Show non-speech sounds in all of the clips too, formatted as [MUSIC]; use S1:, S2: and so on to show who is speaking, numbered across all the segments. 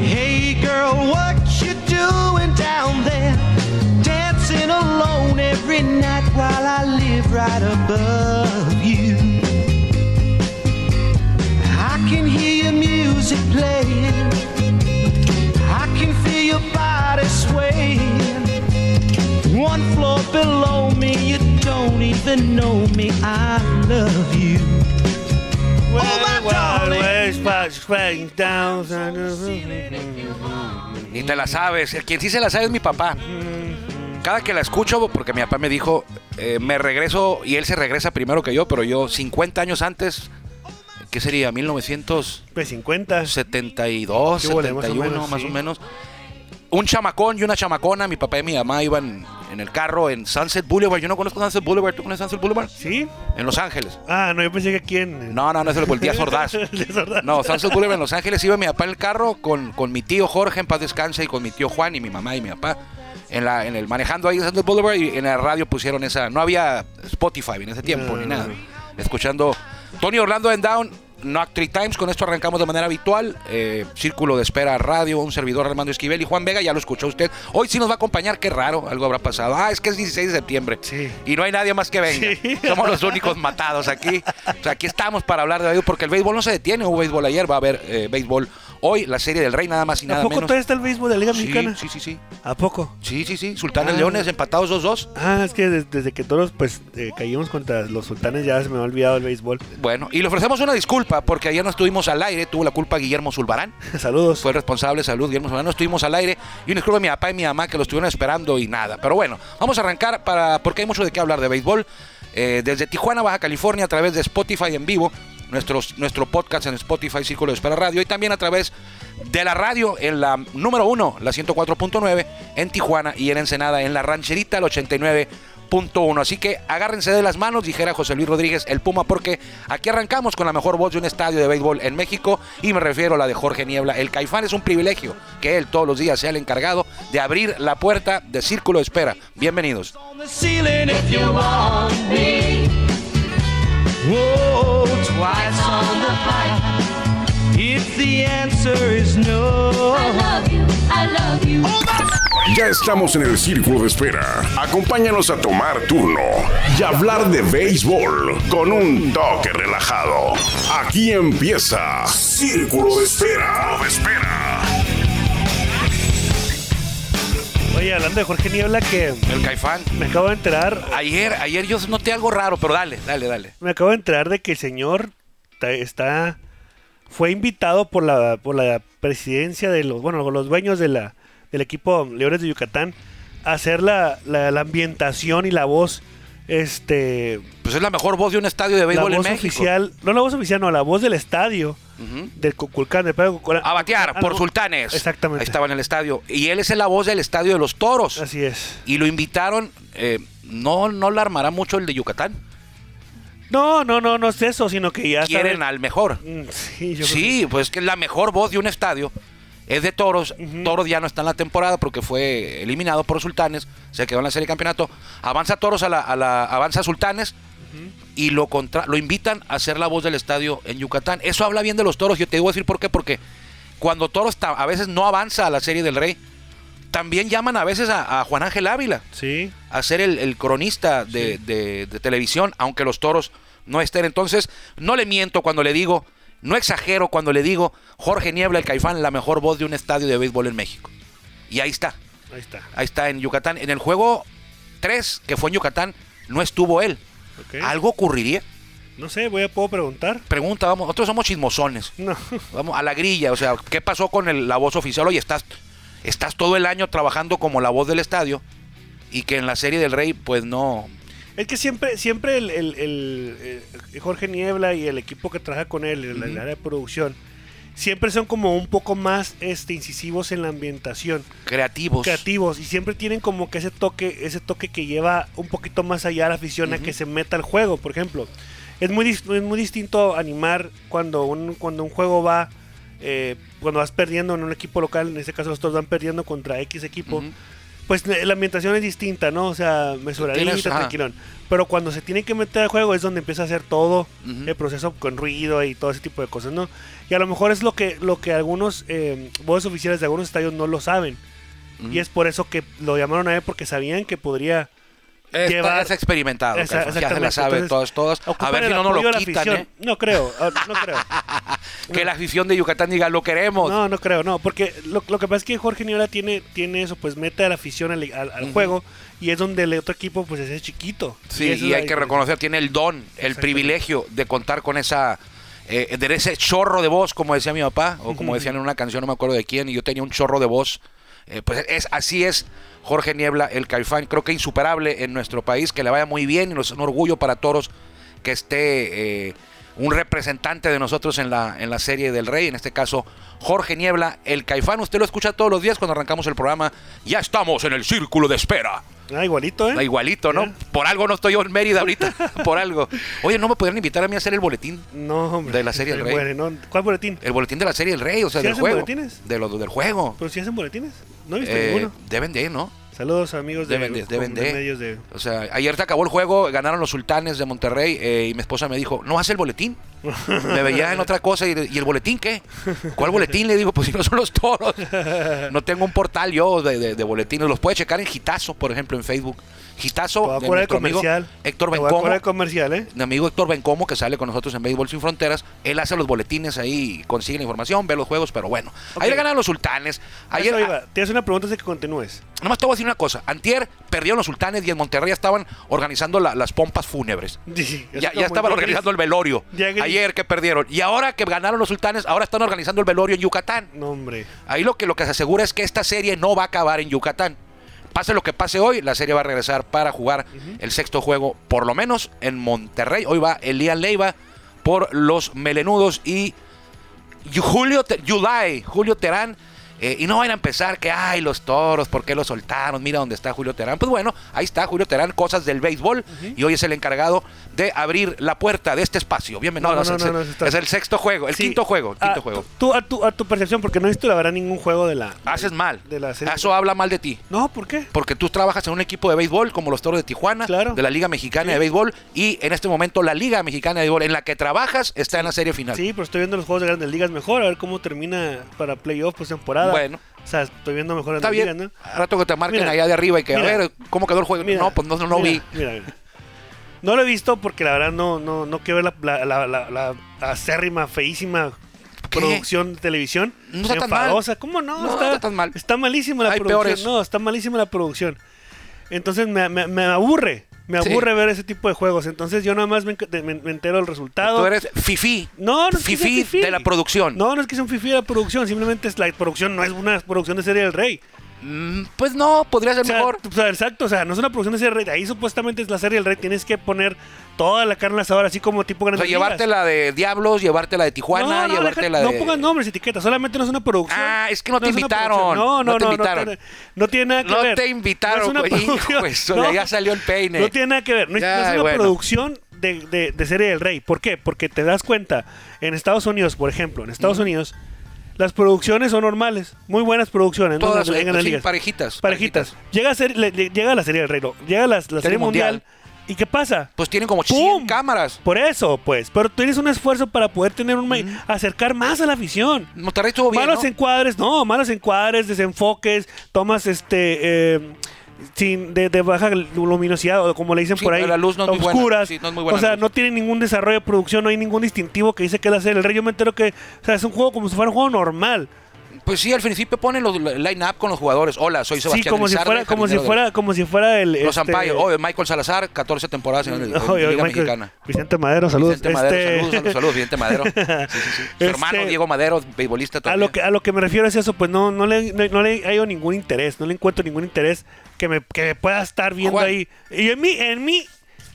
S1: Hey girl, what you doing down there? Dancing alone every night while I live right above you. I can hear your music playing. I can feel your body swaying. One floor below me, you don't even know me. I love you. oh my darling.
S2: Ni te la sabes. El Quien sí se la sabe es mi papá. Cada que la escucho, porque mi papá me dijo, eh, me regreso y él se regresa primero que yo, pero yo 50 años antes, ¿qué sería? 1972,
S3: Pues 50. Sí, bueno, más o
S2: 71
S3: menos,
S2: más
S3: sí.
S2: o menos. Un chamacón y una chamacona, mi papá y mi mamá iban en el carro en Sunset Boulevard. Yo no conozco Sunset Boulevard, ¿tú conoces Sunset Boulevard?
S3: ¿Sí?
S2: En Los Ángeles.
S3: Ah, no, yo pensé que quién. [LAUGHS]
S2: No, no, no se lo volvía sordaz.
S3: De sordas.
S2: No, Sunset Boulevard en Los Ángeles iba mi papá en el carro con, con mi tío Jorge en paz descanse y con mi tío Juan y mi mamá y mi papá. En la, en el manejando ahí en Sunset Boulevard y en la radio pusieron esa. No había Spotify en ese tiempo ni
S3: No.
S2: nada. Escuchando Tony Orlando and Down, Knock Three Times. Con esto arrancamos de manera habitual. eh, Círculo de Espera Radio, un servidor Armando Esquivel y Juan Vega. Ya lo escuchó usted. Hoy sí nos va a acompañar. Qué raro, algo habrá pasado. Ah, es que es 16 de septiembre.
S3: Sí.
S2: Y no hay nadie más que venga.
S3: [LAUGHS]
S2: Somos los únicos matados aquí. O sea, aquí estamos para hablar de ello porque el béisbol no se detiene. Hubo béisbol ayer, va a haber eh, béisbol hoy, la serie del Rey, nada más y
S3: ¿A
S2: nada
S3: poco
S2: menos.
S3: todavía está el béisbol de la Liga
S2: Sí,
S3: Mexicana?
S2: sí, sí, sí.
S3: ¿A poco?
S2: Sí, sí, sí. Sultanes
S3: Ah.
S2: Leones empatados 2-2.
S3: Ah, es que des- desde que todos pues eh, caímos contra los sultanes ya se me ha olvidado el béisbol. [LAUGHS]
S2: Bueno, y le ofrecemos una disculpa porque ayer no estuvimos al aire. Tuvo la culpa Guillermo Zulbarán.
S3: Saludos.
S2: Fue el responsable, salud, Guillermo Solano. Estuvimos al aire y un disculpa a mi papá y mi mamá que lo estuvieron esperando y nada. Pero bueno, vamos a arrancar para, porque hay mucho de qué hablar de béisbol. Eh, desde Tijuana, Baja California, a través de Spotify en vivo, nuestros, nuestro podcast en Spotify, Círculo de Espera Radio, y también a través de la radio en la número uno, la 104.9, en Tijuana y en Ensenada, en la rancherita, el 89.1. Así que agárrense de las manos, dijera José Luis Rodríguez, el Puma, porque aquí arrancamos con la mejor voz de un estadio de béisbol en México y me refiero a la de Jorge Niebla. El Caifán es un privilegio que él todos los días sea el encargado de abrir la puerta de Círculo de Espera. Bienvenidos.
S1: on the ceiling if you want me. Whoa, twice on the pipe. If the answer is no,
S4: love you, I love you.
S5: Ya estamos en el círculo de espera. Acompáñanos a tomar turno y hablar de béisbol con un toque relajado. Aquí empieza Círculo de Espera. Círculo de espera.
S3: Oye, hablando de Jorge Niebla que
S2: El Caifán.
S3: me acabo de enterar,
S2: Ayer, ayer yo noté algo raro, pero dale, dale, dale.
S3: me acabo de enterar de que el señor ta- está fue invitado por la por la presidencia de los bueno, los dueños de la del equipo Leones de Yucatán a hacer la, la- la ambientación y la voz este
S2: Pues es la mejor voz de un estadio de béisbol
S3: la
S2: en
S3: voz
S2: México.
S3: oficial, no la voz oficial, no, la voz del estadio del Cuculcán, del Pedro Cuculcán.
S2: A batear por
S3: Ah, no.
S2: sultanes.
S3: Exactamente.
S2: Ahí estaba en el estadio. Y él es la voz del estadio de los toros.
S3: Así es.
S2: Y lo invitaron. eh, no, no la armará mucho el de Yucatán.
S3: No, no, no, no es eso, sino que ya
S2: Quieren
S3: saben-
S2: al mejor.
S3: Mm, Sí, yo creo
S2: Sí, pues que la mejor voz de un estadio es de Toros. Toros ya no está en la temporada porque fue eliminado por Sultanes. Se quedó en la serie de campeonato. Avanza Toros a la, a la- avanza Sultanes y lo contra- lo invitan a ser la voz del estadio en Yucatán. Eso habla bien de los Toros. Yo te digo decir por qué, porque cuando Toros ta- a veces no avanza a la serie del Rey, también llaman a veces a, a Juan Ángel Ávila
S3: que- Sí.
S2: a ser el, el cronista de, de- de televisión, aunque los toros no estén. Entonces, no le miento cuando le digo, no exagero cuando le digo, Jorge Niebla, el Caifán, la mejor voz de un estadio de béisbol en México. Y ahí está,
S3: Ahí está.
S2: ahí está en Yucatán. En el juego 3, que fue en Yucatán, no estuvo él.
S3: Ok.
S2: ¿Algo ocurriría?
S3: No sé, voy a puedo preguntar.
S2: Pregunta, vamos, nosotros somos chismosones.
S3: No. [LAUGHS]
S2: Vamos a la grilla, o sea, ¿qué pasó con el- la voz oficial? Oye, estás, estás todo el año trabajando como la voz del estadio y que en la serie del Rey, pues no,
S3: Es que siempre, siempre el, el- el- el Jorge Niebla y el equipo que trabaja con él, el, el área de producción, siempre son como un poco más este, incisivos en la ambientación.
S2: creativos.
S3: creativos y siempre tienen como que ese toque ese toque que lleva un poquito más allá a la afición a que se meta al juego por ejemplo es muy dis- es muy distinto animar cuando un cuando un juego va eh, cuando vas perdiendo en un equipo local en este caso los toros van perdiendo contra x equipo pues la ambientación es distinta, ¿no? O sea, mesuradita,
S2: Tienes, ajá.
S3: tranquilón. Pero cuando se tiene que meter al juego es donde empieza a hacer todo
S2: Ujú.
S3: el proceso con ruido y todo ese tipo de cosas, ¿no? Y a lo mejor es lo que, lo que algunos eh, voces oficiales de algunos estadios no lo saben. Y es por eso que lo llamaron a él porque sabían que podría...
S2: Es,
S3: llevar-
S2: es experimentado,
S3: Esa-
S2: Calzón, Ah, pues ya se la
S3: exactamente.
S2: sabe
S3: Entonces,
S2: todas, todas. A
S3: ocupan
S2: ver
S3: el
S2: si no nos
S3: apoyo
S2: lo
S3: de la
S2: quitan,
S3: afición.
S2: ¿eh?
S3: No creo, ah, no creo.
S2: Que la afición de Yucatán diga, lo queremos.
S3: No, no creo, no, porque lo, lo que pasa es que Jorge Niola tiene, tiene eso, pues mete a la afición al, al- al juego y es donde el otro equipo pues es chiquito.
S2: Sí,
S3: esa es
S2: y hay
S3: la
S2: que
S3: diferencia.
S2: reconocer, tiene el don, el
S3: Exactamente.
S2: privilegio de contar con esa eh, de ese chorro de voz, como decía mi papá, o como decían en una canción, no me acuerdo de quién, y yo tenía un chorro de voz. Eh, pues es, así es Jorge Niebla, el Caifán, creo que insuperable en nuestro país, que le vaya muy bien, y nos- un orgullo para toros que esté eh, un representante de nosotros en la, en la serie del Rey, en este caso Jorge Niebla, el Caifán, usted lo escucha todos los días cuando arrancamos el programa, ya estamos en el círculo de espera.
S3: Ah, igualito, ¿eh?
S2: Da igualito, ¿no?
S3: Ya.
S2: Por algo no estoy yo en Mérida ahorita. [LAUGHS] Por algo. Oye, no me pudieron invitar a mí a hacer el boletín.
S3: No, hombre.
S2: De la serie Eh. del
S3: el
S2: Rey.
S3: bueno, no. ¿Cuál boletín?
S2: El boletín de la serie El Rey, o sea,
S3: ¿Sí
S2: del
S3: hacen
S2: juego.
S3: boletines?
S2: De lo, del juego.
S3: Pero si hacen boletines, no he visto
S2: Eh,
S3: ninguno.
S2: deben de, ¿no?
S3: Saludos amigos de,
S2: Deben de, deben
S3: con-
S2: de.
S3: medios de...
S2: O sea, ayer se acabó el juego, ganaron los sultanes de Monterrey eh, y mi esposa me dijo, ¿no hace el boletín? Me veía en otra cosa y, ¿y el boletín qué? ¿Cuál boletín? Le digo, pues si no son los toros. No tengo un portal yo de, de- de boletines. Los puede checar en Gitazo, por ejemplo, en Facebook. Gitazo,
S3: Te voy a cobrar
S2: de
S3: el
S2: nuestro amigo
S3: comercial.
S2: Héctor
S3: Te voy a cobrar
S2: Bencomo.
S3: el comercial, ¿eh?
S2: mi amigo Héctor Bencomo, que sale con nosotros en Béisbol Sin Fronteras, él hace los boletines ahí, consigue la información, ve los juegos, pero bueno.
S3: Ok.
S2: Ayer ganaron los sultanes. Ayer,
S3: Ayer, Tienes una pregunta antes de que continúes. [LAUGHS]
S2: ah, nomás te voy a decir una cosa. Antier perdieron los sultanes y en Monterrey estaban organizando la- las pompas fúnebres.
S3: Sí, es
S2: Ya,
S3: como
S2: ya estaban
S3: el-
S2: organizando el velorio.
S3: Ya gris.
S2: Ayer que perdieron. Y ahora que ganaron los sultanes, ahora están organizando el velorio en Yucatán.
S3: No, hombre.
S2: Ahí lo que, lo que se asegura es que esta serie no va a acabar en Yucatán. Pase lo que pase hoy, la serie va a regresar para jugar el sexto juego, por lo menos en Monterrey. Hoy va Elian Leiva por los melenudos y Yu- Julio, Te- Yulai, Julio Terán. eh, y no van a empezar que, ay, los toros, ¿por qué los soltaron? Mira dónde está Julio Terán. Pues bueno, ahí está Julio Terán, cosas del béisbol. Y hoy es el encargado de abrir la puerta de este espacio. Bienvenido.
S3: No, no,
S2: es el-
S3: no, no, no, está-
S2: es el sexto juego, el
S3: Sí.
S2: quinto juego, el
S3: Ah,
S2: quinto juego. Ah.
S3: Tú, a, tu, a tu percepción, porque no he visto la verdad ningún juego de la...
S2: Haces mal.
S3: De la serie.
S2: Eso habla mal de ti.
S3: No, ¿por qué?
S2: Porque tú trabajas en un equipo de béisbol como los Toros de Tijuana,
S3: Claro.
S2: de la Liga Mexicana
S3: Sí.
S2: de Béisbol, y en este momento la Liga Mexicana de Béisbol en la que trabajas está en la serie final.
S3: Sí, pero estoy viendo los juegos de grandes ligas mejor, a ver cómo termina para playoff, pues temporada.
S2: Bueno.
S3: O sea, estoy viendo mejor
S2: Está
S3: grandes
S2: bien.
S3: ligas, ¿no?
S2: A rato que te marquen
S3: Mira,
S2: allá de arriba y que a
S3: mira,
S2: ver cómo quedó el juego.
S3: Mira,
S2: no, pues no, no, no
S3: mira,
S2: vi.
S3: Mira, mira. No lo he visto porque la verdad no, no, no quiero ver la, la, la, la- la acérrima, feísima
S2: ¿Qué?
S3: producción de televisión.
S2: No está tan
S3: enfadosa. ¿Cómo no?
S2: No, está tan mal.
S3: Está malísima la
S2: Hay
S3: producción.
S2: peores.
S3: No, está malísima la producción. Entonces me, me- me aburre. Me
S2: Sí.
S3: aburre ver ese tipo de juegos. Entonces yo nada más me, enc- me- me entero del resultado.
S2: Tú eres fifi.
S3: No, no es que sea
S2: Fifí
S3: fifí.
S2: de la producción.
S3: No, no es que sea un fifi de la producción. Simplemente es la producción no es una producción de serie del rey.
S2: Mm, pues no, podría ser
S3: O sea,
S2: mejor.
S3: o sea, exacto, o sea, no es una producción de serie del rey. Ahí supuestamente es la serie del rey. Tienes que poner toda la carne al asador, así como tipo
S2: O
S3: grande.
S2: sea, llevarte la de Diablos, llevarte la de Tijuana,
S3: no, no,
S2: llevarte
S3: deja-
S2: la de.
S3: no pongas nombres, etiquetas. Solamente no es una producción.
S2: Ah, es que no te
S3: es una
S2: invitaron,
S3: producción. No,
S2: no
S3: no,
S2: te
S3: no.
S2: invitaron.
S3: No, tiene- no tiene nada que
S2: No
S3: ver.
S2: te invitaron,
S3: es una
S2: güey. Hijo,
S3: producción.
S2: eso, de allá salió el peine.
S3: No tiene nada que ver. No, es-
S2: Ya,
S3: no es una
S2: bueno.
S3: producción de, de- de serie del rey. ¿Por qué? Porque te das cuenta, en Estados Unidos, por ejemplo, en Estados Unidos, las producciones son normales. Muy buenas producciones. ¿no?
S2: Todas,
S3: En- en
S2: eh,
S3: las
S2: sí,
S3: ligas.
S2: parejitas,
S3: Parejitas. Llega, a ser, le- le- llega la serie del rey. no, Llega la, la serie, mundial.
S2: mundial.
S3: ¿Y qué pasa?
S2: Pues tienen como 100
S3: ¡Pum!
S2: cámaras.
S3: Por eso, pues. Pero tienes un esfuerzo para poder tener un. ma- acercar más a la afición.
S2: Monterrey estuvo bien.
S3: Malos
S2: ¿no?
S3: encuadres, no, malos encuadres, desenfoques, tomas este. eh, sin, de, de baja luminosidad, o como le dicen
S2: Sí,
S3: por ahí,
S2: la luz no es muy buena.
S3: oscuras.
S2: Sí, no es muy buena
S3: o sea,
S2: luz.
S3: no tiene ningún desarrollo de producción, no hay ningún distintivo que dice que es la serie. El rey, yo me entero que. O sea, es un juego como si fuera un juego normal.
S2: Pues sí, al principio ponen los line-up con los jugadores. Hola, soy Sebastián
S3: sí, como si
S2: Elizarde,
S3: fuera, como si
S2: jardinero de
S3: fuera, como si fuera el.
S2: Los
S3: este,
S2: Ampayos. Oh, Michael Salazar, 14 temporadas
S3: [LAUGHS]
S2: en, [LAUGHS] el- en
S3: oye, Michael-
S2: Liga Mexicana.
S3: Vicente Madero, saludos.
S2: Vicente Madero,
S3: Este-
S2: saludos, saludos, saludos,
S3: [LAUGHS]
S2: Vicente Madero. Sí, sí, sí. Su
S3: Este-
S2: hermano Diego Madero, beisbolista
S3: A
S2: también.
S3: lo, que, a lo que me refiero es eso, pues no, no le, no, no le hallo ningún interés, no le encuentro ningún interés que me, que me pueda estar viendo
S2: Juan.
S3: ahí. Y en mí, en mí,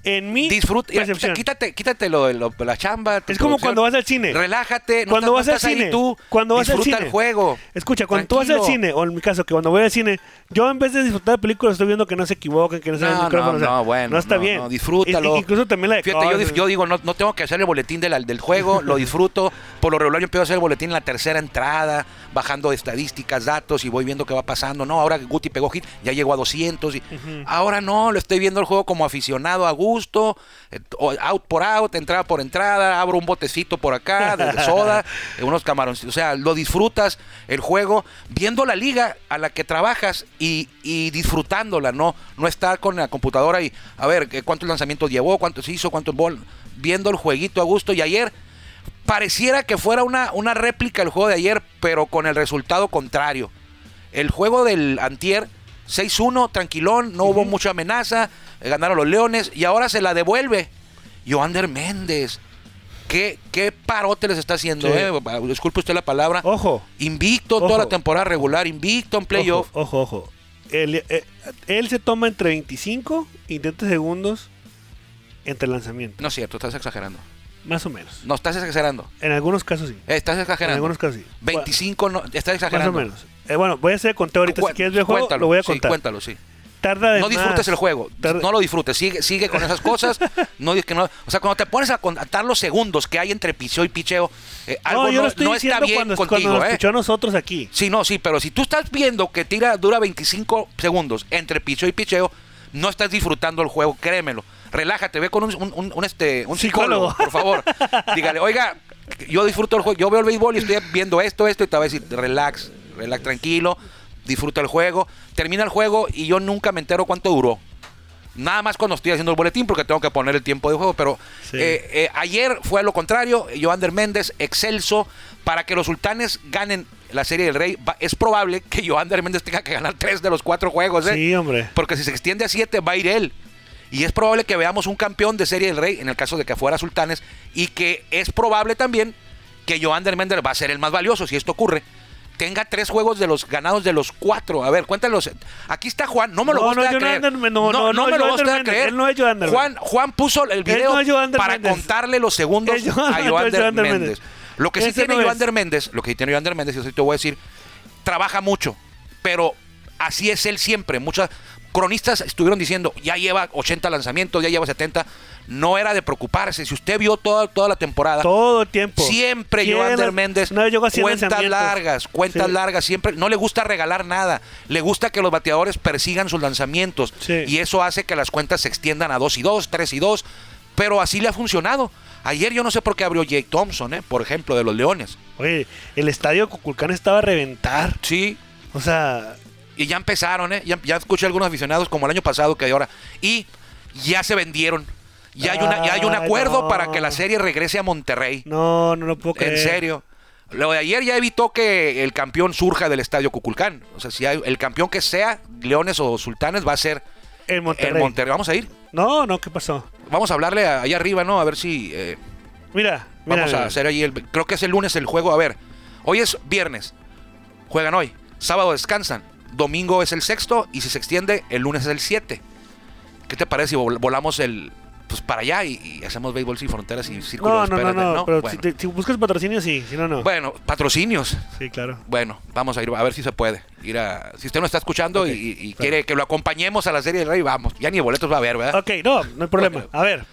S3: En mi
S2: Disfruta. mira,
S3: percepción.
S2: Quítate, quítate lo de lo- la chamba. tu
S3: Es como
S2: producción.
S3: cuando vas al cine.
S2: Relájate. No
S3: cuando
S2: estás-
S3: vas
S2: no
S3: al
S2: estás ahí
S3: cine,
S2: tú.
S3: cuando vas
S2: Disfruta
S3: al cine,
S2: el juego.
S3: Escucha, cuando tú vas al
S2: Tranquilo.
S3: cine, o en mi caso, que cuando voy al cine, yo en vez de disfrutar de películas estoy viendo que no se equivoquen, que no se
S2: No,
S3: den el micrófono,
S2: no,
S3: o sea,
S2: no, bueno,
S3: No está
S2: no,
S3: bien.
S2: no, disfrútalo.
S3: Y- incluso también la de eh.
S2: Fíjate, yo,
S3: cosas.
S2: dif- yo digo, no, no tengo que hacer el boletín de la-
S3: [LAUGHS]
S2: del juego, lo disfruto. Por lo regular yo empiezo a hacer el boletín en la tercera entrada, bajando estadísticas, datos y voy viendo qué va pasando. No, ahora que Guti pegó hit, ya llegó a 200. Y... Ahora no, lo estoy viendo el juego como aficionado a gusto, eh, o- out por out, entrada por entrada, abro un botecito por acá, de de soda, eh, unos camarones. O sea, lo disfrutas el juego, viendo la liga a la que trabajas y, y disfrutándola, ¿no? No estar con la computadora y a ver eh, cuántos lanzamientos llevó, cuántos hizo, cuántos bol. Viendo el jueguito a gusto. Y ayer pareciera que fuera una, una réplica del juego de ayer, pero con el resultado contrario. El juego del Antier, 6-1, tranquilón, no hubo mucha amenaza, eh, ganaron los Leones y ahora se la devuelve. Joander Méndez. ¿Qué, qué parote les está haciendo,
S3: Sí.
S2: eh? Pa- Disculpe usted la palabra.
S3: Ojo.
S2: Invicto
S3: Ojo.
S2: toda la temporada regular, invicto en playoff.
S3: Ojo, ojo. ojo. Él, eh, él se toma entre 25 y 30 segundos entre lanzamientos.
S2: No es cierto, estás exagerando.
S3: Más o menos.
S2: No, estás exagerando.
S3: En algunos casos sí.
S2: Eh, Estás exagerando.
S3: En algunos casos sí.
S2: 25, no, estás
S3: Más
S2: exagerando.
S3: o menos. Eh, bueno, voy a hacer el conteo ahorita.
S2: Cu-
S3: Si quieres ver el juego,
S2: cuéntalo,
S3: lo voy a
S2: sí,
S3: contar.
S2: cuéntalo, sí.
S3: Tarda de
S2: No disfrutes
S3: más-
S2: el juego,
S3: tarda-
S2: no lo disfrutes, sigue, sigue con esas cosas. no, dis- que no- o sea, cuando te pones a contar los segundos que hay entre picheo y picheo, eh, algo
S3: no,
S2: no,
S3: yo lo estoy
S2: no
S3: diciendo
S2: está bien
S3: cuando,
S2: contigo.
S3: cuando nos
S2: ¿eh?
S3: escuchó a nosotros aquí.
S2: Sí, no, sí, pero si tú estás viendo que tira dura 25 segundos entre picheo y picheo, no estás disfrutando el juego, créemelo. Relájate, ve con un, un- un- un, este, un psicólogo,
S3: Psicólogo.
S2: por favor. Dígale, oiga, yo disfruto el juego, yo veo el béisbol y estoy viendo esto, esto, y te va a decir, relax, relax, tranquilo, disfruta el juego. Termina el juego y yo nunca me entero cuánto duró. Nada más cuando estoy haciendo el boletín porque tengo que poner el tiempo de juego. Pero
S3: Sí.
S2: eh, eh, ayer fue lo contrario. Joander Méndez, excelso. Para que los sultanes ganen la Serie del Rey, va- es probable que Joander Méndez tenga que ganar tres de los cuatro juegos. ¿eh?
S3: Sí, hombre.
S2: Porque si se extiende a siete, va a ir él. Y es probable que veamos un campeón de Serie del Rey, en el caso de que fuera Sultanes, y que es probable también que Joander Méndez va a ser el más valioso, si esto ocurre. Tenga tres juegos de los ganados de los cuatro. A ver, cuéntalos. Aquí está Juan. No me lo
S3: No,
S2: voy a
S3: no,
S2: usted a
S3: Joander
S2: creer.
S3: Méndez, no, no, no,
S2: me lo voy a
S3: Joander
S2: usted a
S3: Méndez.
S2: creer.
S3: Él no es Joander
S2: Juan, Juan puso el video
S3: no es Joander
S2: para
S3: Méndez.
S2: contarle los segundos
S3: Es Joander- no
S2: a
S3: es
S2: Joander
S3: Joander
S2: Méndez.
S3: Méndez.
S2: Lo que sí
S3: Ese
S2: tiene
S3: no es.
S2: Joander Méndez, lo que sí tiene Joander Méndez, y eso sí te voy a decir, trabaja mucho, pero así es él siempre. Muchos cronistas estuvieron diciendo, ya lleva 80 lanzamientos, ya lleva 70. No era de preocuparse. Si usted vio toda, toda la temporada,
S3: Todo el tiempo.
S2: siempre
S3: Cien-
S2: Joander Méndez,
S3: Una vez llegó a cien
S2: cuentas
S3: lanzamientos.
S2: largas, cuentas
S3: Sí.
S2: largas, siempre. No le gusta regalar nada. Le gusta que los bateadores persigan sus lanzamientos.
S3: Sí.
S2: Y eso hace que las cuentas se extiendan a 2 y 2, 3 y 2. Pero así le ha funcionado. Ayer yo no sé por qué abrió Jake Thompson, ¿eh? por ejemplo, de los Leones.
S3: Oye, el estadio de Cuculcán estaba a reventar.
S2: Sí,
S3: O sea,
S2: Y ya empezaron, ¿eh? Ya, ya escuché algunos aficionados como el año pasado que hay ahora. Y ya se vendieron. Ya hay, una, ya hay un
S3: Ay,
S2: acuerdo
S3: no.
S2: para que la serie regrese a Monterrey.
S3: no, no lo puedo creer.
S2: en serio. Lo de ayer ya evitó que el campeón surja del estadio Cuculcán. O sea, si hay- el campeón que sea, Leones o Sultanes, va a ser
S3: En Monterrey.
S2: en Monterrey. Vamos a ir.
S3: No, no, ¿qué pasó?
S2: Vamos a hablarle a- allá arriba, ¿no? A ver si eh,
S3: Mira, mira.
S2: vamos a
S3: mira.
S2: hacer ahí el. Creo que es el lunes el juego. A ver, hoy es viernes. Juegan hoy. Sábado descansan. Domingo es el sexto. Y si se extiende, el lunes es el siete. ¿Qué te parece si vol- volamos el. Pues para allá y, y hacemos béisbol sin fronteras y círculos?
S3: No, no, no,
S2: espérate,
S3: no, pero
S2: bueno.
S3: si, te- si buscas patrocinio, sí, si no, no.
S2: Bueno, patrocinios.
S3: Sí, claro.
S2: Bueno, vamos a ir a ver si se puede. Ir a, si usted nos está escuchando
S3: Ok,
S2: y- y, y quiere que lo acompañemos a la serie del Rey, vamos. Ya ni boletos va a haber, ¿verdad?
S3: Ok, no, no hay problema. A ver.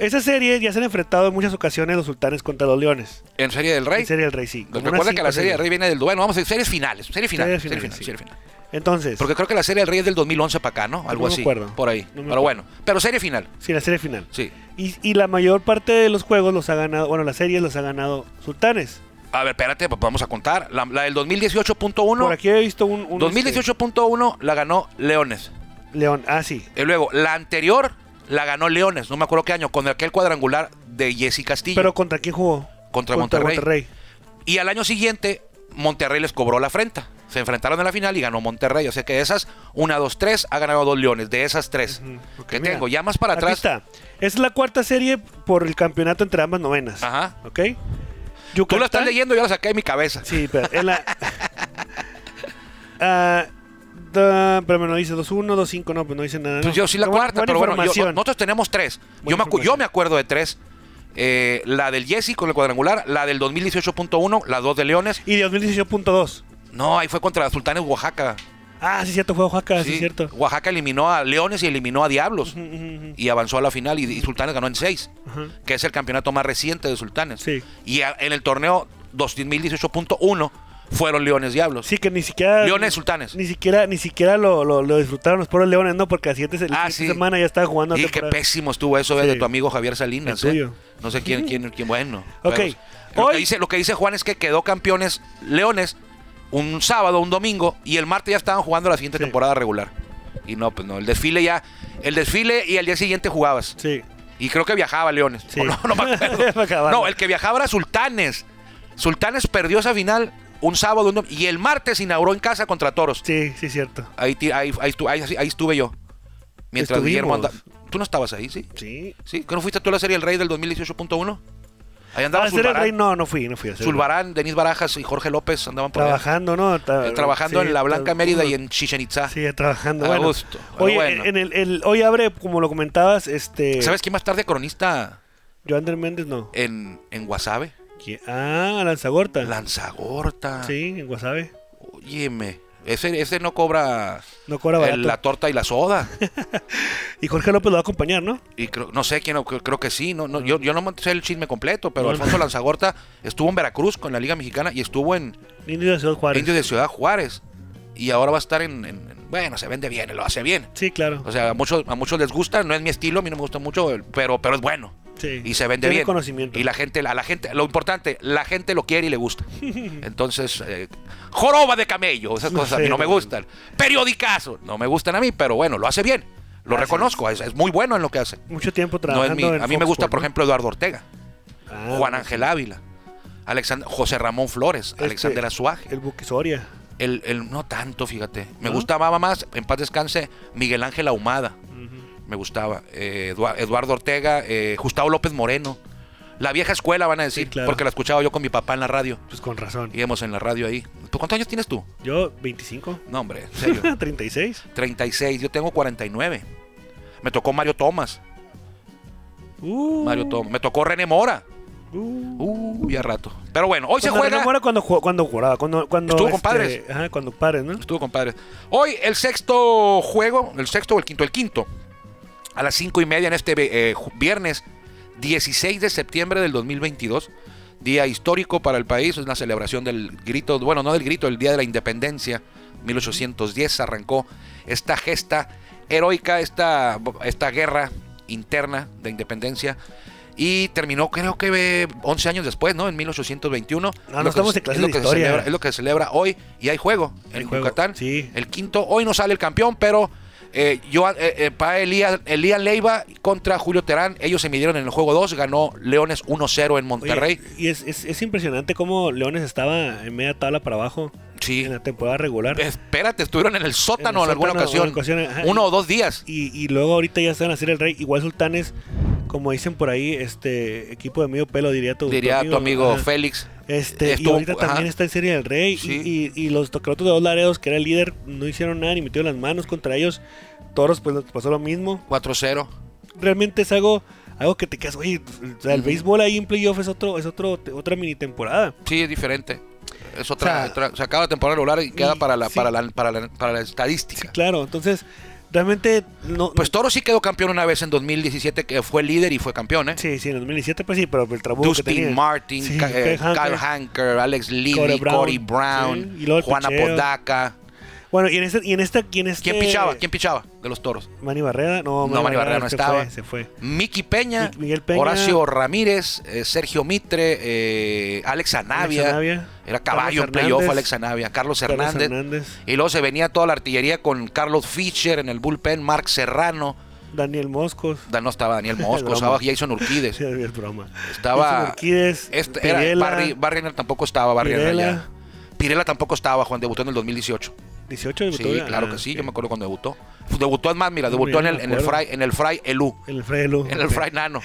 S3: Esa serie ya se han enfrentado en muchas ocasiones los sultanes contra los leones.
S2: En serie del Rey.
S3: En serie del rey, sí. como
S2: Recuerda
S3: unas
S2: que
S3: cinco
S2: la serie del
S3: series.
S2: Rey viene del. Bueno, vamos a decir series finales. Serie final.
S3: Series
S2: Serie final.
S3: finales, sí.
S2: serie final.
S3: Entonces,
S2: Porque creo que la serie del Rey es del 2011 para acá, ¿no? Algo
S3: me
S2: así.
S3: acuerdo.
S2: Por ahí.
S3: No me acuerdo.
S2: pero bueno. Pero serie final.
S3: sí, la serie final.
S2: Sí.
S3: Y, y la mayor parte de los juegos los ha ganado, bueno, las series los ha ganado sultanes.
S2: A ver, espérate, pues vamos a contar. La, la del 2018.1.
S3: Por aquí he visto un... este, un,
S2: 2018.1 la ganó Leones.
S3: este, León, ah, sí.
S2: Y luego, la anterior la ganó Leones. No me acuerdo qué año. Con aquel cuadrangular de Jesse Castillo.
S3: Pero ¿contra quién jugó?
S2: Contra Monterrey. Y al año siguiente, Monterrey les cobró la afrenta. Se enfrentaron en la final y ganó Monterrey. O sea que de esas, una, dos, tres, ha ganado dos Leones. De esas tres
S3: Ok,
S2: que
S3: mira,
S2: tengo. Ya más para
S3: aquí
S2: atrás.
S3: está. Es la cuarta serie por el campeonato entre ambas novenas.
S2: Ajá.
S3: ¿Ok?
S2: Tú
S3: Yucatán-
S2: la [LAUGHS] estás leyendo, yo la saqué de mi cabeza.
S3: Sí, pero en la... Ah, cuarta, pero me lo dice 2-1, 2-5, no, pues no dice nada.
S2: Pues
S3: no.
S2: yo sí la
S3: Qué buena-
S2: cuarta,
S3: buena
S2: pero bueno, yo-
S3: información.
S2: nosotros tenemos tres. Yo
S3: Buena
S2: me, acu- yo
S3: información.
S2: me acuerdo de tres. Eh, la del Jesse con el cuadrangular, la del 2018.1, la dos de Leones.
S3: Y de 2018.2.
S2: No, ahí fue contra la Sultanes Oaxaca.
S3: Ah, sí, cierto, fue Oaxaca, sí,
S2: Sí,
S3: cierto.
S2: Oaxaca eliminó a Leones y eliminó a Diablos. Y avanzó a la final y, y Sultanes ganó en seis,
S3: Ajá.
S2: que es el campeonato más reciente de Sultanes.
S3: Sí.
S2: Y a- en el torneo 2018.1 fueron Leones Diablos.
S3: Sí, que ni siquiera.
S2: Leones, Sultanes.
S3: Ni siquiera, ni siquiera lo, lo, lo disfrutaron los pobres leones, ¿no? Porque la siguiente, se- la
S2: Ah,
S3: siguiente
S2: sí.
S3: semana ya estaba jugando. la
S2: Y qué
S3: temporada.
S2: pésimo estuvo eso eh, de
S3: Sí.
S2: tu amigo Javier Salinas.
S3: El
S2: eh.
S3: tuyo.
S2: No sé quién, quién, quién bueno.
S3: Ok,
S2: pero- Lo,
S3: hoy-
S2: que dice, lo que dice Juan es que quedó campeones Leones un sábado, un domingo, y el martes ya estaban jugando la siguiente
S3: Sí.
S2: temporada regular. Y no, pues no, el desfile ya, el desfile y al día siguiente jugabas.
S3: Sí.
S2: Y creo que viajaba Leones.
S3: Sí.
S2: O [LAUGHS] No,
S3: [LAUGHS]
S2: no me
S3: Para
S2: acuerdo.
S3: acabar.
S2: no, el que viajaba era Sultanes. Sultanes perdió esa final un sábado, un dom- y el martes inauguró en casa contra Toros.
S3: Sí, sí, cierto.
S2: Ahí, ti- ahí, ahí estu- ahí- ahí estuve yo. Mientras Guillermo andaba.
S3: Estuvimos.
S2: Tú no estabas ahí, ¿sí?
S3: Sí.
S2: ¿Sí? ¿Que no fuiste tú a la serie El Rey del 2018.1? Ahí
S3: Ah,
S2: andaba
S3: ¿hacer el rey?
S2: Zulbarán,
S3: No, no fui, no fui a hacer el rey.
S2: Zulbarán, Denis Barajas y Jorge López andaban por allá.
S3: Trabajando, ¿no? Ta-
S2: Eh, trabajando
S3: sí,
S2: en la Blanca
S3: ta- [LAUGHS]
S2: Mérida y en Chichen Itza.
S3: Sí, trabajando.
S2: A
S3: bueno.
S2: gusto, pero
S3: Oye,
S2: bueno.
S3: en el, el- hoy abre, como lo comentabas, este.
S2: ¿Sabes quién más tarde cronista
S3: Joander Méndez no.
S2: en, en Guasave?
S3: ¿Qui- Ah, Lanzagorta.
S2: Lanzagorta.
S3: Sí, en Guasave. [LAUGHS]
S2: Óyeme. Ese, ese no cobra
S3: No cobra barato.
S2: el- la torta y la soda.
S3: Y Jorge López lo va a acompañar, ¿no?
S2: Y creo- no sé quién, no, creo- creo que sí. No, no, yo, yo no sé el chisme completo, pero Alfonso Lanzagorta estuvo en Veracruz con la Liga Mexicana y estuvo en,
S3: Indio de Ciudad Juárez.
S2: Indios de Ciudad Juárez. Y ahora va a estar en, en- en- Bueno, se vende bien, lo hace bien.
S3: Sí, claro.
S2: O sea, a muchos, a muchos les gusta, no es mi estilo, a mí no me gusta mucho, el- pero, pero es bueno.
S3: Sí.
S2: Y se vende
S3: Tiene
S2: bien.
S3: conocimiento.
S2: Y la gente, a la gente, lo importante, la gente lo quiere y
S3: [LAUGHS]
S2: le gusta. Entonces, eh, joroba de camello, esas
S3: No
S2: cosas a
S3: sé,
S2: mí no me
S3: no.
S2: gustan. Periodicazo, no me gustan a mí, pero bueno, lo hace bien. Lo reconozco, es, es muy bueno en lo que hace.
S3: Mucho tiempo
S2: No es
S3: trabajando.
S2: mi-
S3: en
S2: a mí me
S3: Fox
S2: gusta,
S3: Sports,
S2: por ejemplo, Eduardo Ortega,
S3: ¿no? Ah,
S2: Juan Ángel Ávila, Alexand- José Ramón Flores,
S3: este,
S2: Alexander Azuaje.
S3: El Buque Soria.
S2: El, el- no tanto, fíjate. Me gustaba más, en paz descanse, Miguel Ángel Ahumada. Me gustaba. Eh, Edua- Eduardo Ortega, eh, Gustavo López Moreno. La vieja escuela, van a decir,
S3: Sí, claro.
S2: porque la escuchaba yo con mi papá en la radio.
S3: Pues con razón.
S2: Íbamos en la radio ahí. ¿Tú cuántos años tienes tú?
S3: Yo, 25.
S2: No, hombre,
S3: [LAUGHS]
S2: en serio.
S3: 36.
S2: 36, yo tengo 49. Me tocó Mario Tomás.
S3: Uh,
S2: Mario Tomás. Me tocó René Mora.
S3: Uh.
S2: Uh, ya rato. Pero bueno, hoy se
S3: Cuando
S2: juega.
S3: René Mora cuando, jugó- cuando jugaba, cuando, cuando este,
S2: Estuvo con Padres.
S3: Ajá, cuando padres, ¿no?
S2: Pues Estuvo, compadre. Hoy el sexto juego, el sexto o el quinto, el quinto. A las cinco y media en este eh, ju- viernes 16 de septiembre del 2022. Día histórico para el país. Es la celebración del grito, bueno, no del grito, el Día de la Independencia. 1810 arrancó esta gesta heroica, esta, esta guerra interna de independencia. Y terminó, creo que eh, 11 años después, ¿no? En 1821.
S3: no
S2: Es lo que
S3: estamos
S2: se-
S3: en clases
S2: es lo
S3: de
S2: que se
S3: historia.
S2: celebra- es lo que se celebra hoy y hay juego
S3: Hay
S2: en
S3: juego,
S2: Yucatán.
S3: sí.
S2: El quinto, hoy no sale el campeón, pero eh, yo, eh, eh, para Elías, Elías Leiva contra Julio Terán, ellos se midieron en el juego 2, ganó Leones 1-0 en
S3: Oye,
S2: Monterrey.
S3: y es, es, es impresionante cómo Leones estaba en media tabla para abajo
S2: sí.
S3: en la temporada regular.
S2: Espérate, estuvieron en el sótano
S3: En el
S2: en, alguna
S3: sótano,
S2: ocasión.
S3: en alguna ocasión, ajá.
S2: Uno o dos días.
S3: Y, y luego ahorita ya están a ser el rey. Igual Sultanes, como dicen por ahí, este equipo de medio pelo, diría tu,
S2: diría tu amigo
S3: ajá.
S2: Félix.
S3: Este, y
S2: Estuvo-
S3: ahorita
S2: ajá.
S3: también está en Serie del Rey. y-
S2: Sí.
S3: Y, y los tocrotos de dos Laredos, que era el líder, no hicieron nada ni metieron las manos contra ellos. Toros, pues les pasó lo mismo.
S2: 4-0.
S3: Realmente es algo, algo que te quedas, güey. o sea, el béisbol ahí en playoff es, otro, es otro, otra mini temporada.
S2: Sí, es diferente. Es otra,
S3: O sea,
S2: otra- se acaba la temporada regular y queda
S3: y-
S2: para la,
S3: sí.
S2: para la, para la- para la estadística.
S3: Claro, entonces, realmente. No,
S2: Pues Toro sí quedó campeón una vez en 2017, que fue líder y fue campeón, ¿eh?
S3: Sí, sí, en 2017, pues sí, pero el trabajo que tenía.
S2: Dustin Martin,
S3: Sí,
S2: Ca- eh,
S3: Kyle Hunter.
S2: Kyle Hanker, Alex Lilly,
S3: Corey
S2: Corey
S3: Brown.
S2: Brown,
S3: Sí, y luego el
S2: Juana
S3: picheo.
S2: Podaca.
S3: Bueno, y en este, y en esta, y en este-
S2: ¿Quién pichaba? ¿Quién pichaba de los toros?
S3: Manny Barrera, no,
S2: No, Manny Barrera no
S3: se
S2: estaba.
S3: fue, se fue.
S2: Miki Peña,
S3: Mi- Miguel Peña.
S2: Horacio Ramírez, eh, Sergio Mitre, eh, Alex Anavia.
S3: Alex Anavia.
S2: Era
S3: Carlos
S2: caballo en
S3: Hernández.
S2: playoff, Alex Anavia. Carlos
S3: Carlos
S2: Hernández.
S3: Hernández.
S2: Y luego se venía toda la artillería con Carlos Fischer en el bullpen, Mark Serrano.
S3: Daniel Moscos.
S2: Da- No
S3: [LAUGHS]
S2: estaba Daniel Mosco,
S3: Broma.
S2: estaba Jason Urquídez.
S3: Sí, es broma. Wilson
S2: Estaba.
S3: Urquídez,
S2: este, era
S3: Pirela,
S2: Barry, Barry Arnett tampoco estaba, Barry Arnett
S3: Pirela.
S2: ya. Pirela tampoco estaba, Juan, debutó en el 2018.
S3: 18 debutó.
S2: Sí,
S3: Ah,
S2: claro que sí, yo
S3: ok.
S2: me acuerdo cuando debutó. Pues Debutó, es más, mira,
S3: No,
S2: debutó
S3: yo
S2: en
S3: no
S2: el,
S3: me
S2: en el
S3: acuerdo.
S2: Fry, en el Fry Elú.
S3: En el Frelo.
S2: En el Fry Nano.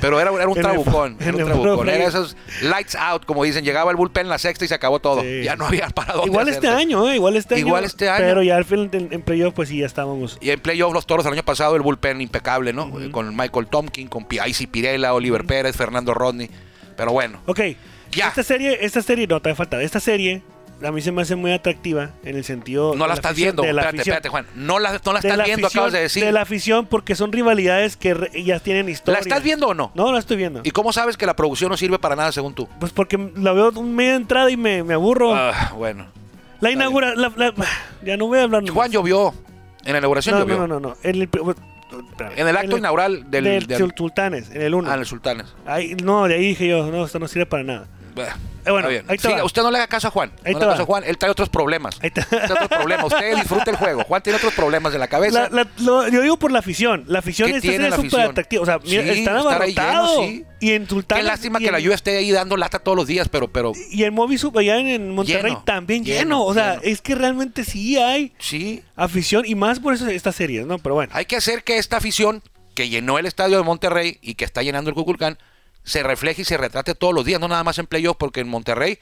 S2: Pero era, era
S3: [LAUGHS] En
S2: un
S3: el
S2: trabucón.
S3: Fry-
S2: Era un
S3: en el
S2: trabucón.
S3: Fry-
S2: Era esos lights out, como dicen. Llegaba el bullpen en la sexta y se acabó todo.
S3: Sí.
S2: Ya no había para dónde.
S3: Igual este
S2: hacerte.
S3: año, ¿eh? Igual este año.
S2: Igual este año.
S3: Pero ya al final en, en playoff, pues sí, ya estábamos.
S2: Y en playoff los toros el año pasado, el bullpen impecable, ¿no? Con Michael Tompkin, con P- Icy Pirela, Oliver Pérez, Fernando Rodney. Pero bueno.
S3: Ok.
S2: Ya.
S3: Esta serie, esta serie, no, te falta. Esta serie a mí se me hace muy atractiva en el sentido.
S2: No
S3: de
S2: la estás
S3: afición-
S2: viendo,
S3: de la
S2: espérate,
S3: afición.
S2: espérate, Juan. No la, no la
S3: De
S2: estás
S3: la
S2: viendo,
S3: afición-
S2: acabas de decir.
S3: De la afición, porque son rivalidades que re- ya tienen historia.
S2: ¿La estás viendo o no?
S3: No, la estoy viendo.
S2: ¿Y cómo sabes que la producción no sirve para nada según tú?
S3: Pues porque la veo media entrada y me, me aburro.
S2: Ah, bueno.
S3: la inaugura. La, la- ya no voy a hablar.
S2: Juan llovió. En la inauguración
S3: no,
S2: llovió.
S3: no, no, no, no. En el, pues, espérame.
S2: En el acto inaugural del-
S3: del,
S2: del-
S3: Sultanes, en el 1.
S2: Ah, en el Sultanes.
S3: no, de ahí dije yo, no, esto no sirve para nada.
S2: Bah,
S3: Eh, bueno,
S2: está bien.
S3: ahí te
S2: Sí,
S3: va.
S2: usted no le haga caso a Juan.
S3: Ahí
S2: no
S3: te
S2: le haga
S3: va.
S2: caso a Juan. Él trae otros problemas.
S3: Ahí te-
S2: Trae
S3: [LAUGHS]
S2: otros problemas. Usted disfruta el juego. Juan tiene otros problemas en la cabeza.
S3: La- la- lo- yo digo por la afición. La afición
S2: ¿Qué
S3: esta
S2: tiene
S3: serie
S2: la
S3: es súper
S2: afición?
S3: atractiva. O sea, mira,
S2: Sí,
S3: están
S2: estar ahí lleno,
S3: abarrotados.
S2: sí.
S3: Y en Sultanes.
S2: Qué lástima
S3: y
S2: que
S3: en-
S2: la lluvia esté ahí dando lata todos los días, pero, pero
S3: Y el Movi Sub allá en, en Monterrey
S2: Lleno,
S3: también
S2: lleno,
S3: lleno. O sea,
S2: lleno.
S3: es que realmente sí hay
S2: sí.
S3: afición. Y más por eso estas series, ¿no? Pero bueno.
S2: Hay que hacer que esta afición que llenó el estadio de Monterrey y que está llenando el Cuculcán se refleje y se retrate todos los días, no nada más en playoff, porque en Monterrey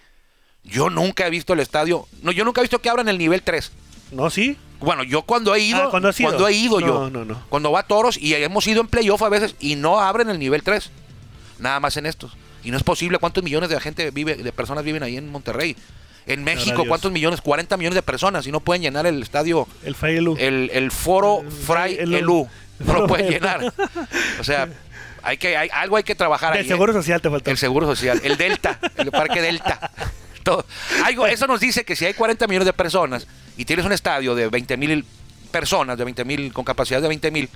S2: yo nunca he visto el estadio. No, yo nunca he visto que abran el nivel 3.
S3: No, sí.
S2: Bueno, yo cuando he ido,
S3: Ah, ¿cuándo has ido?
S2: he ido
S3: No,
S2: yo,
S3: no, no.
S2: cuando va a toros y hemos ido en playoff a veces y no abren el nivel 3, nada más en estos. Y no es posible cuántos millones de gente vive, de personas viven ahí en Monterrey. En México,
S3: Dios.
S2: ¿cuántos millones? 40 millones de personas y no pueden llenar el estadio,
S3: El Fayelu.
S2: el, el foro
S3: El-
S2: Fray
S3: el-
S2: Elú.
S3: [LAUGHS]
S2: No lo pueden
S3: el-
S2: llenar. O sea, hay que, hay, algo hay que trabajar ahí.
S3: El
S2: ¿eh?
S3: Seguro Social te faltó.
S2: El Seguro Social, el Delta, el Parque Delta. Todo. Algo, eso nos dice que si hay 40 millones de personas y tienes un estadio de 20 mil personas, de 20 mil, con capacidad de 20 mil,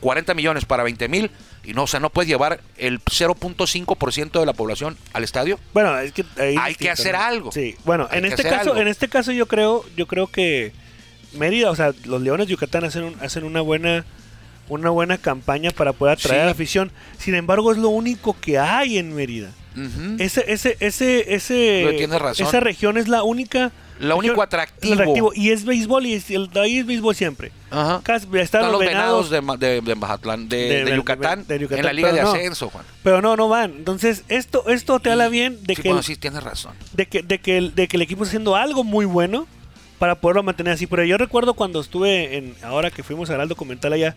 S2: 40 millones para 20 mil, y no, o sea, no puedes llevar el 0.5% de la población al estadio.
S3: Bueno, es que ahí
S2: Hay que hacer algo.
S3: Sí, bueno,
S2: Hay
S3: en
S2: que
S3: este
S2: hacer
S3: caso,
S2: algo.
S3: en este caso yo creo, yo creo que Mérida, o sea, los Leones de Yucatán hacen un- hacen una buena una buena campaña para poder atraer
S2: Sí.
S3: a la afición. Sin embargo, es lo único que hay en Mérida.
S2: Ujú.
S3: Ese ese ese ese
S2: Pero tienes razón.
S3: esa región es la única
S2: La único
S3: región-
S2: atractivo.
S3: y es béisbol y es, el, ahí es béisbol siempre.
S2: Ajá.
S3: Casi- están,
S2: Están los venados de, Ma- de, de Mazatlán, de, de
S3: de-
S2: Yucatán,
S3: de Yucatán,
S2: en la Liga de
S3: pero no.
S2: Ascenso, Juan.
S3: Pero no, no van. Entonces, esto esto te habla bien de
S2: Sí,
S3: que
S2: bueno,
S3: el-
S2: sí, tienes razón.
S3: de que, de que, el, de que el equipo está haciendo algo muy bueno para poderlo mantener así. Pero yo recuerdo cuando estuve en, ahora que fuimos a ver el documental allá,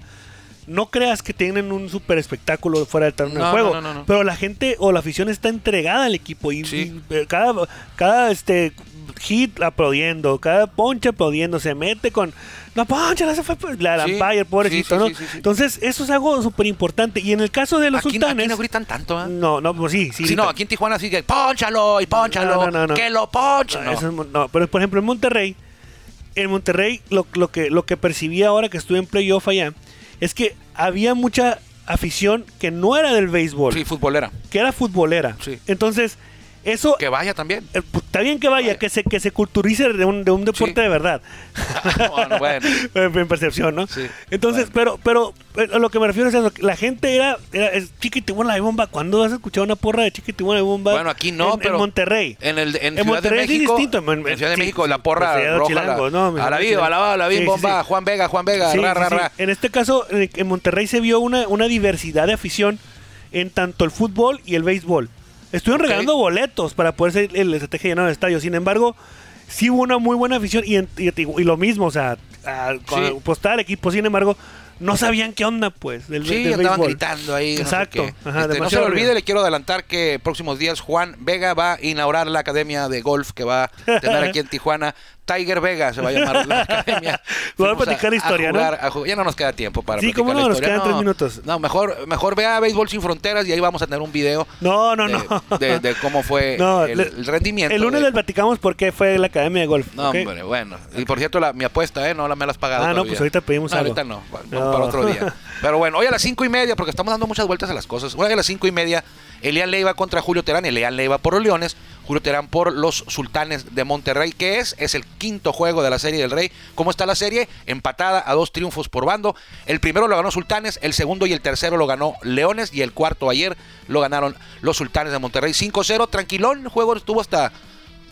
S3: no creas que tienen un super espectáculo fuera del terreno
S2: No,
S3: de juego.
S2: no, no, no, no.
S3: Pero la gente o la afición está entregada al equipo y,
S2: Sí.
S3: y, eh, cada, cada este hit aplaudiendo, cada ponche aplaudiendo, se mete con no ponche, la se fue la la
S2: Sí,
S3: umpire, pobrecito,
S2: sí, sí,
S3: ¿no?
S2: sí, sí, sí.
S3: Entonces, eso es algo súper importante. Y en el caso de los
S2: Aquí,
S3: sultanes.
S2: aquí no gritan tanto, ¿ah?
S3: no, no, pues sí, sí.
S2: si no,
S3: gritan.
S2: aquí en Tijuana sí que ponchalo y ponchalo,
S3: No, no, no, no.
S2: que lo ponche.
S3: No,
S2: No.
S3: Ah, eso es mon- no, pero por ejemplo en Monterrey, en Monterrey lo, lo que, lo que percibí ahora que estuve en playoff allá es que había mucha afición que no era del béisbol,
S2: Sí, futbolera.
S3: que era futbolera.
S2: Sí.
S3: Entonces, eso...
S2: Que vaya también.
S3: eh, pues, Está bien que vaya,
S2: Vaya.
S3: que se que se culturice de un, de un deporte
S2: Sí.
S3: de
S2: [LAUGHS]
S3: verdad.
S2: Bueno, bueno.
S3: [LAUGHS] En en percepción, ¿no?
S2: Sí,
S3: Entonces, pero pero eh, a lo que me refiero es eso, que la gente era, era es chiquitibuena la bomba. ¿Cuándo has escuchado una porra de chiquitibuona la bomba?
S2: Bueno, aquí no,
S3: en,
S2: pero
S3: En Monterrey.
S2: En, el, en,
S3: En
S2: Ciudad
S3: Monterrey
S2: de
S3: es
S2: México.
S3: distinto, en- en-
S2: en Ciudad de
S3: sí,
S2: México,
S3: sí,
S2: la porra
S3: pues, ya los
S2: roja.
S3: chilangos,
S2: la,
S3: no, mis
S2: a la
S3: amigos
S2: viva, a la va, a la
S3: Sí,
S2: bim,
S3: sí,
S2: bomba,
S3: sí.
S2: Juan Vega, Juan Vega,
S3: Sí,
S2: ra,
S3: sí,
S2: ra,
S3: sí.
S2: ra.
S3: En este caso, en en Monterrey se vio una, una diversidad de afición en tanto el fútbol y el béisbol. Estuvieron
S2: Ok.
S3: regalando boletos para poder ser el estrategia llenado de estadio. Sin embargo, sí hubo una muy buena afición y, en- y te digo, y lo mismo, o sea, a- con-
S2: Sí.
S3: pues, estaba el equipo. Sin embargo, no sabían qué onda, pues, del,
S2: Sí,
S3: del
S2: andaban
S3: béisbol.
S2: gritando ahí. no sé
S3: Exacto.
S2: qué.
S3: Ajá,
S2: Este, no se
S3: demasiado
S2: lo olvide,
S3: ruido.
S2: le quiero adelantar que próximos días Juan Vega va a inaugurar la academia de golf que va a tener aquí en Tijuana. Tiger Vega se va a llamar
S3: [LAUGHS]
S2: la academia.
S3: Voy a
S2: Fuimos
S3: platicar historia, ¿no?
S2: jugar, a jugar. Ya no nos queda tiempo para
S3: Sí,
S2: platicar
S3: ¿cómo no?
S2: la
S3: Nos
S2: historia.
S3: quedan tres minutos.
S2: No, mejor, mejor vea Béisbol Sin Fronteras y ahí vamos a tener un video
S3: No, no,
S2: de,
S3: no.
S2: de- de cómo fue
S3: [LAUGHS] No,
S2: el,
S3: le-
S2: el rendimiento.
S3: El lunes
S2: de-
S3: les platicamos por qué fue la academia de golf.
S2: No,
S3: ¿ok?
S2: hombre, bueno. Y por cierto, la, mi apuesta, ¿eh? No la me la has pagado.
S3: Ah, no,
S2: todavía.
S3: pues ahorita pedimos
S2: No,
S3: algo.
S2: Ahorita no, va-
S3: No.
S2: para
S3: [LAUGHS]
S2: otro día. Pero bueno, hoy a las cinco y media, porque estamos dando muchas vueltas a las cosas. Hoy a las cinco y media, Elian Leiva contra Julio Terán. Elian Leiva por los Leones, Julio Terán por los Sultanes de Monterrey. ¿Qué es? Es el quinto juego de la Serie del Rey. ¿Cómo está la serie? Empatada a dos triunfos por bando. El primero lo ganó Sultanes, el segundo y el tercero lo ganó Leones y el cuarto ayer lo ganaron los Sultanes de Monterrey. 5-0, tranquilón. El juego estuvo hasta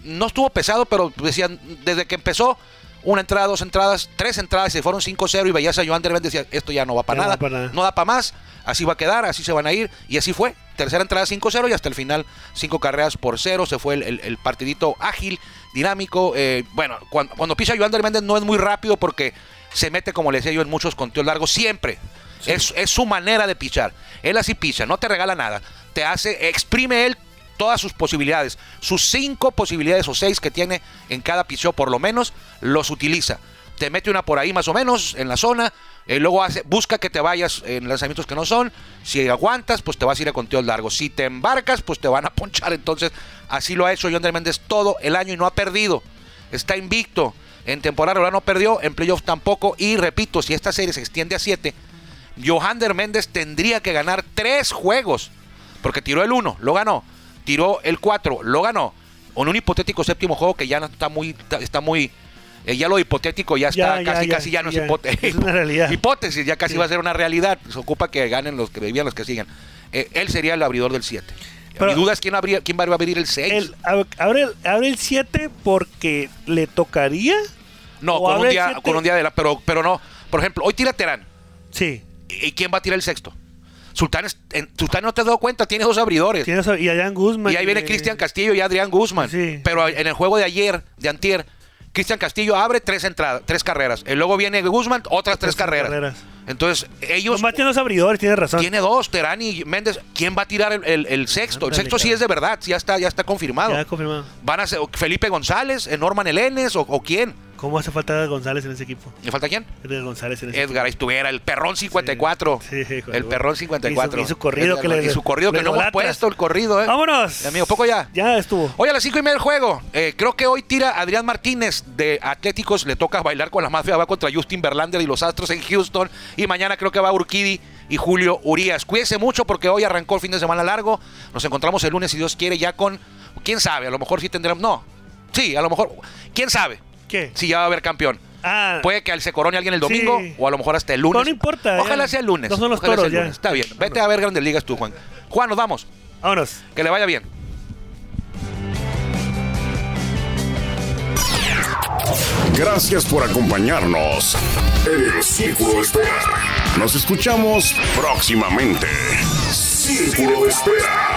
S2: no estuvo pesado, pero decían, desde que empezó, Una entrada, dos entradas, tres entradas, se fueron 5-0 y veías a Joan Derben decía, esto ya no va para
S3: Ya no
S2: nada,
S3: va pa' nada.
S2: no da para más, así va a quedar, así se van a ir, y así fue. Tercera entrada 5-0 y hasta el final 5 carreras por 0, se fue el, el- el partidito ágil, dinámico. eh, bueno, cuan- cuando, pisa Joan Méndez no es muy rápido porque se mete, como les decía yo, en muchos conteos largos siempre. Es, es su manera de pichar. Él así picha, no te regala nada. Te hace, exprime él todas sus posibilidades. Sus cinco posibilidades o seis que tiene en cada picheo, por lo menos, los utiliza. Te mete una por ahí más o menos en la zona. eh, luego hace, busca que te vayas en lanzamientos que no son. Si aguantas, pues te vas a ir a conteos largos. Si te embarcas, pues te van a [LAUGHS] ponchar. Entonces, así lo ha hecho John Méndez todo el año y no ha perdido. Está invicto. En temporada regular no perdió, en playoff tampoco. Y repito, si esta serie se extiende a 7, Johander Méndez tendría que ganar tres juegos. Porque tiró el 1, lo ganó. Tiró el 4, lo ganó. En un hipotético séptimo juego que ya no está muy. Está muy eh, ya lo hipotético ya está
S3: Ya, ya,
S2: casi,
S3: ya,
S2: casi ya no
S3: ya.
S2: es hipotético.
S3: Es una realidad.
S2: [LAUGHS] Hipótesis, ya casi
S3: Sí.
S2: va a ser una realidad. Se ocupa que ganen los que vivían los que siguen. Eh, él sería el abridor del 7.
S3: Pero-
S2: Mi duda es quién, abría- quién va a abrir el 6.
S3: El, ab- abre, el- abre el 7 porque le tocaría.
S2: No,
S3: ¿O
S2: con un,
S3: abre el
S2: día,
S3: siete?
S2: con un día de la. Pero, pero no. Por ejemplo, hoy tira Terán.
S3: Sí.
S2: ¿Y y quién va a tirar el sexto? Sultán, es- en- Sultán no te has dado cuenta, tiene dos abridores.
S3: Tienes a- y Adrián Guzmán.
S2: Y ahí viene
S3: eh,
S2: Cristian Castillo y Adrián Guzmán.
S3: Sí.
S2: Pero en el juego de ayer, de antier, Cristian Castillo abre tres entradas, tres carreras. Y luego viene Guzmán, otras
S3: Tres
S2: tres, carreras.
S3: carreras.
S2: Entonces, ellos
S3: Nomás tiene los abridores, tienes razón.
S2: tiene dos, Terán y Méndez. ¿Quién va a tirar el, el- el sexto? el
S3: Ándale,
S2: sexto sí
S3: cabrón.
S2: es de verdad, sí, ya está, ya está confirmado.
S3: Ya confirmado.
S2: ¿Van a ser o Felipe González, eh, Norman Elenes o, o quién?
S3: ¿Cómo hace falta Edgar González en ese equipo?
S2: ¿Me falta quién?
S3: Edgar González en ese
S2: Edgar, ahí estuviera el perrón 54.
S3: Sí, sí,
S2: el
S3: güey.
S2: perrón 54.
S3: Y su- y su corrido que le-
S2: Y su corrido que
S3: le
S2: no hemos
S3: idolatras.
S2: puesto, el corrido, ¿eh?
S3: ¡Vámonos!
S2: Amigo, poco ya.
S3: Ya estuvo.
S2: Hoy a las 5 y media del juego. Eh, creo que hoy tira Adrián Martínez de Atléticos. Le toca bailar con la mafia. Va contra Justin Verlander y los Astros en Houston. Y mañana creo que va Urquidi y Julio Urias. Cuídense mucho porque hoy arrancó el fin de semana largo. Nos encontramos el lunes, si Dios quiere, ya con. Quién sabe, a lo mejor sí tendremos. No. Sí, a lo mejor. Quién sabe
S3: ¿Qué?
S2: si ya va a haber campeón.
S3: Ah,
S2: Puede que se corone alguien el domingo
S3: Sí.
S2: o a lo mejor hasta el lunes.
S3: Pero no importa, ya.
S2: Ojalá sea el lunes.
S3: No son los
S2: Ojalá sea el
S3: toros, ya.
S2: lunes. Está bien. Vete a ver Grandes Ligas tú, Juan. Juan, nos vamos.
S3: vámonos.
S2: Que le vaya bien.
S5: Gracias por acompañarnos en el Círculo de Espera. Nos escuchamos próximamente. Círculo de Espera.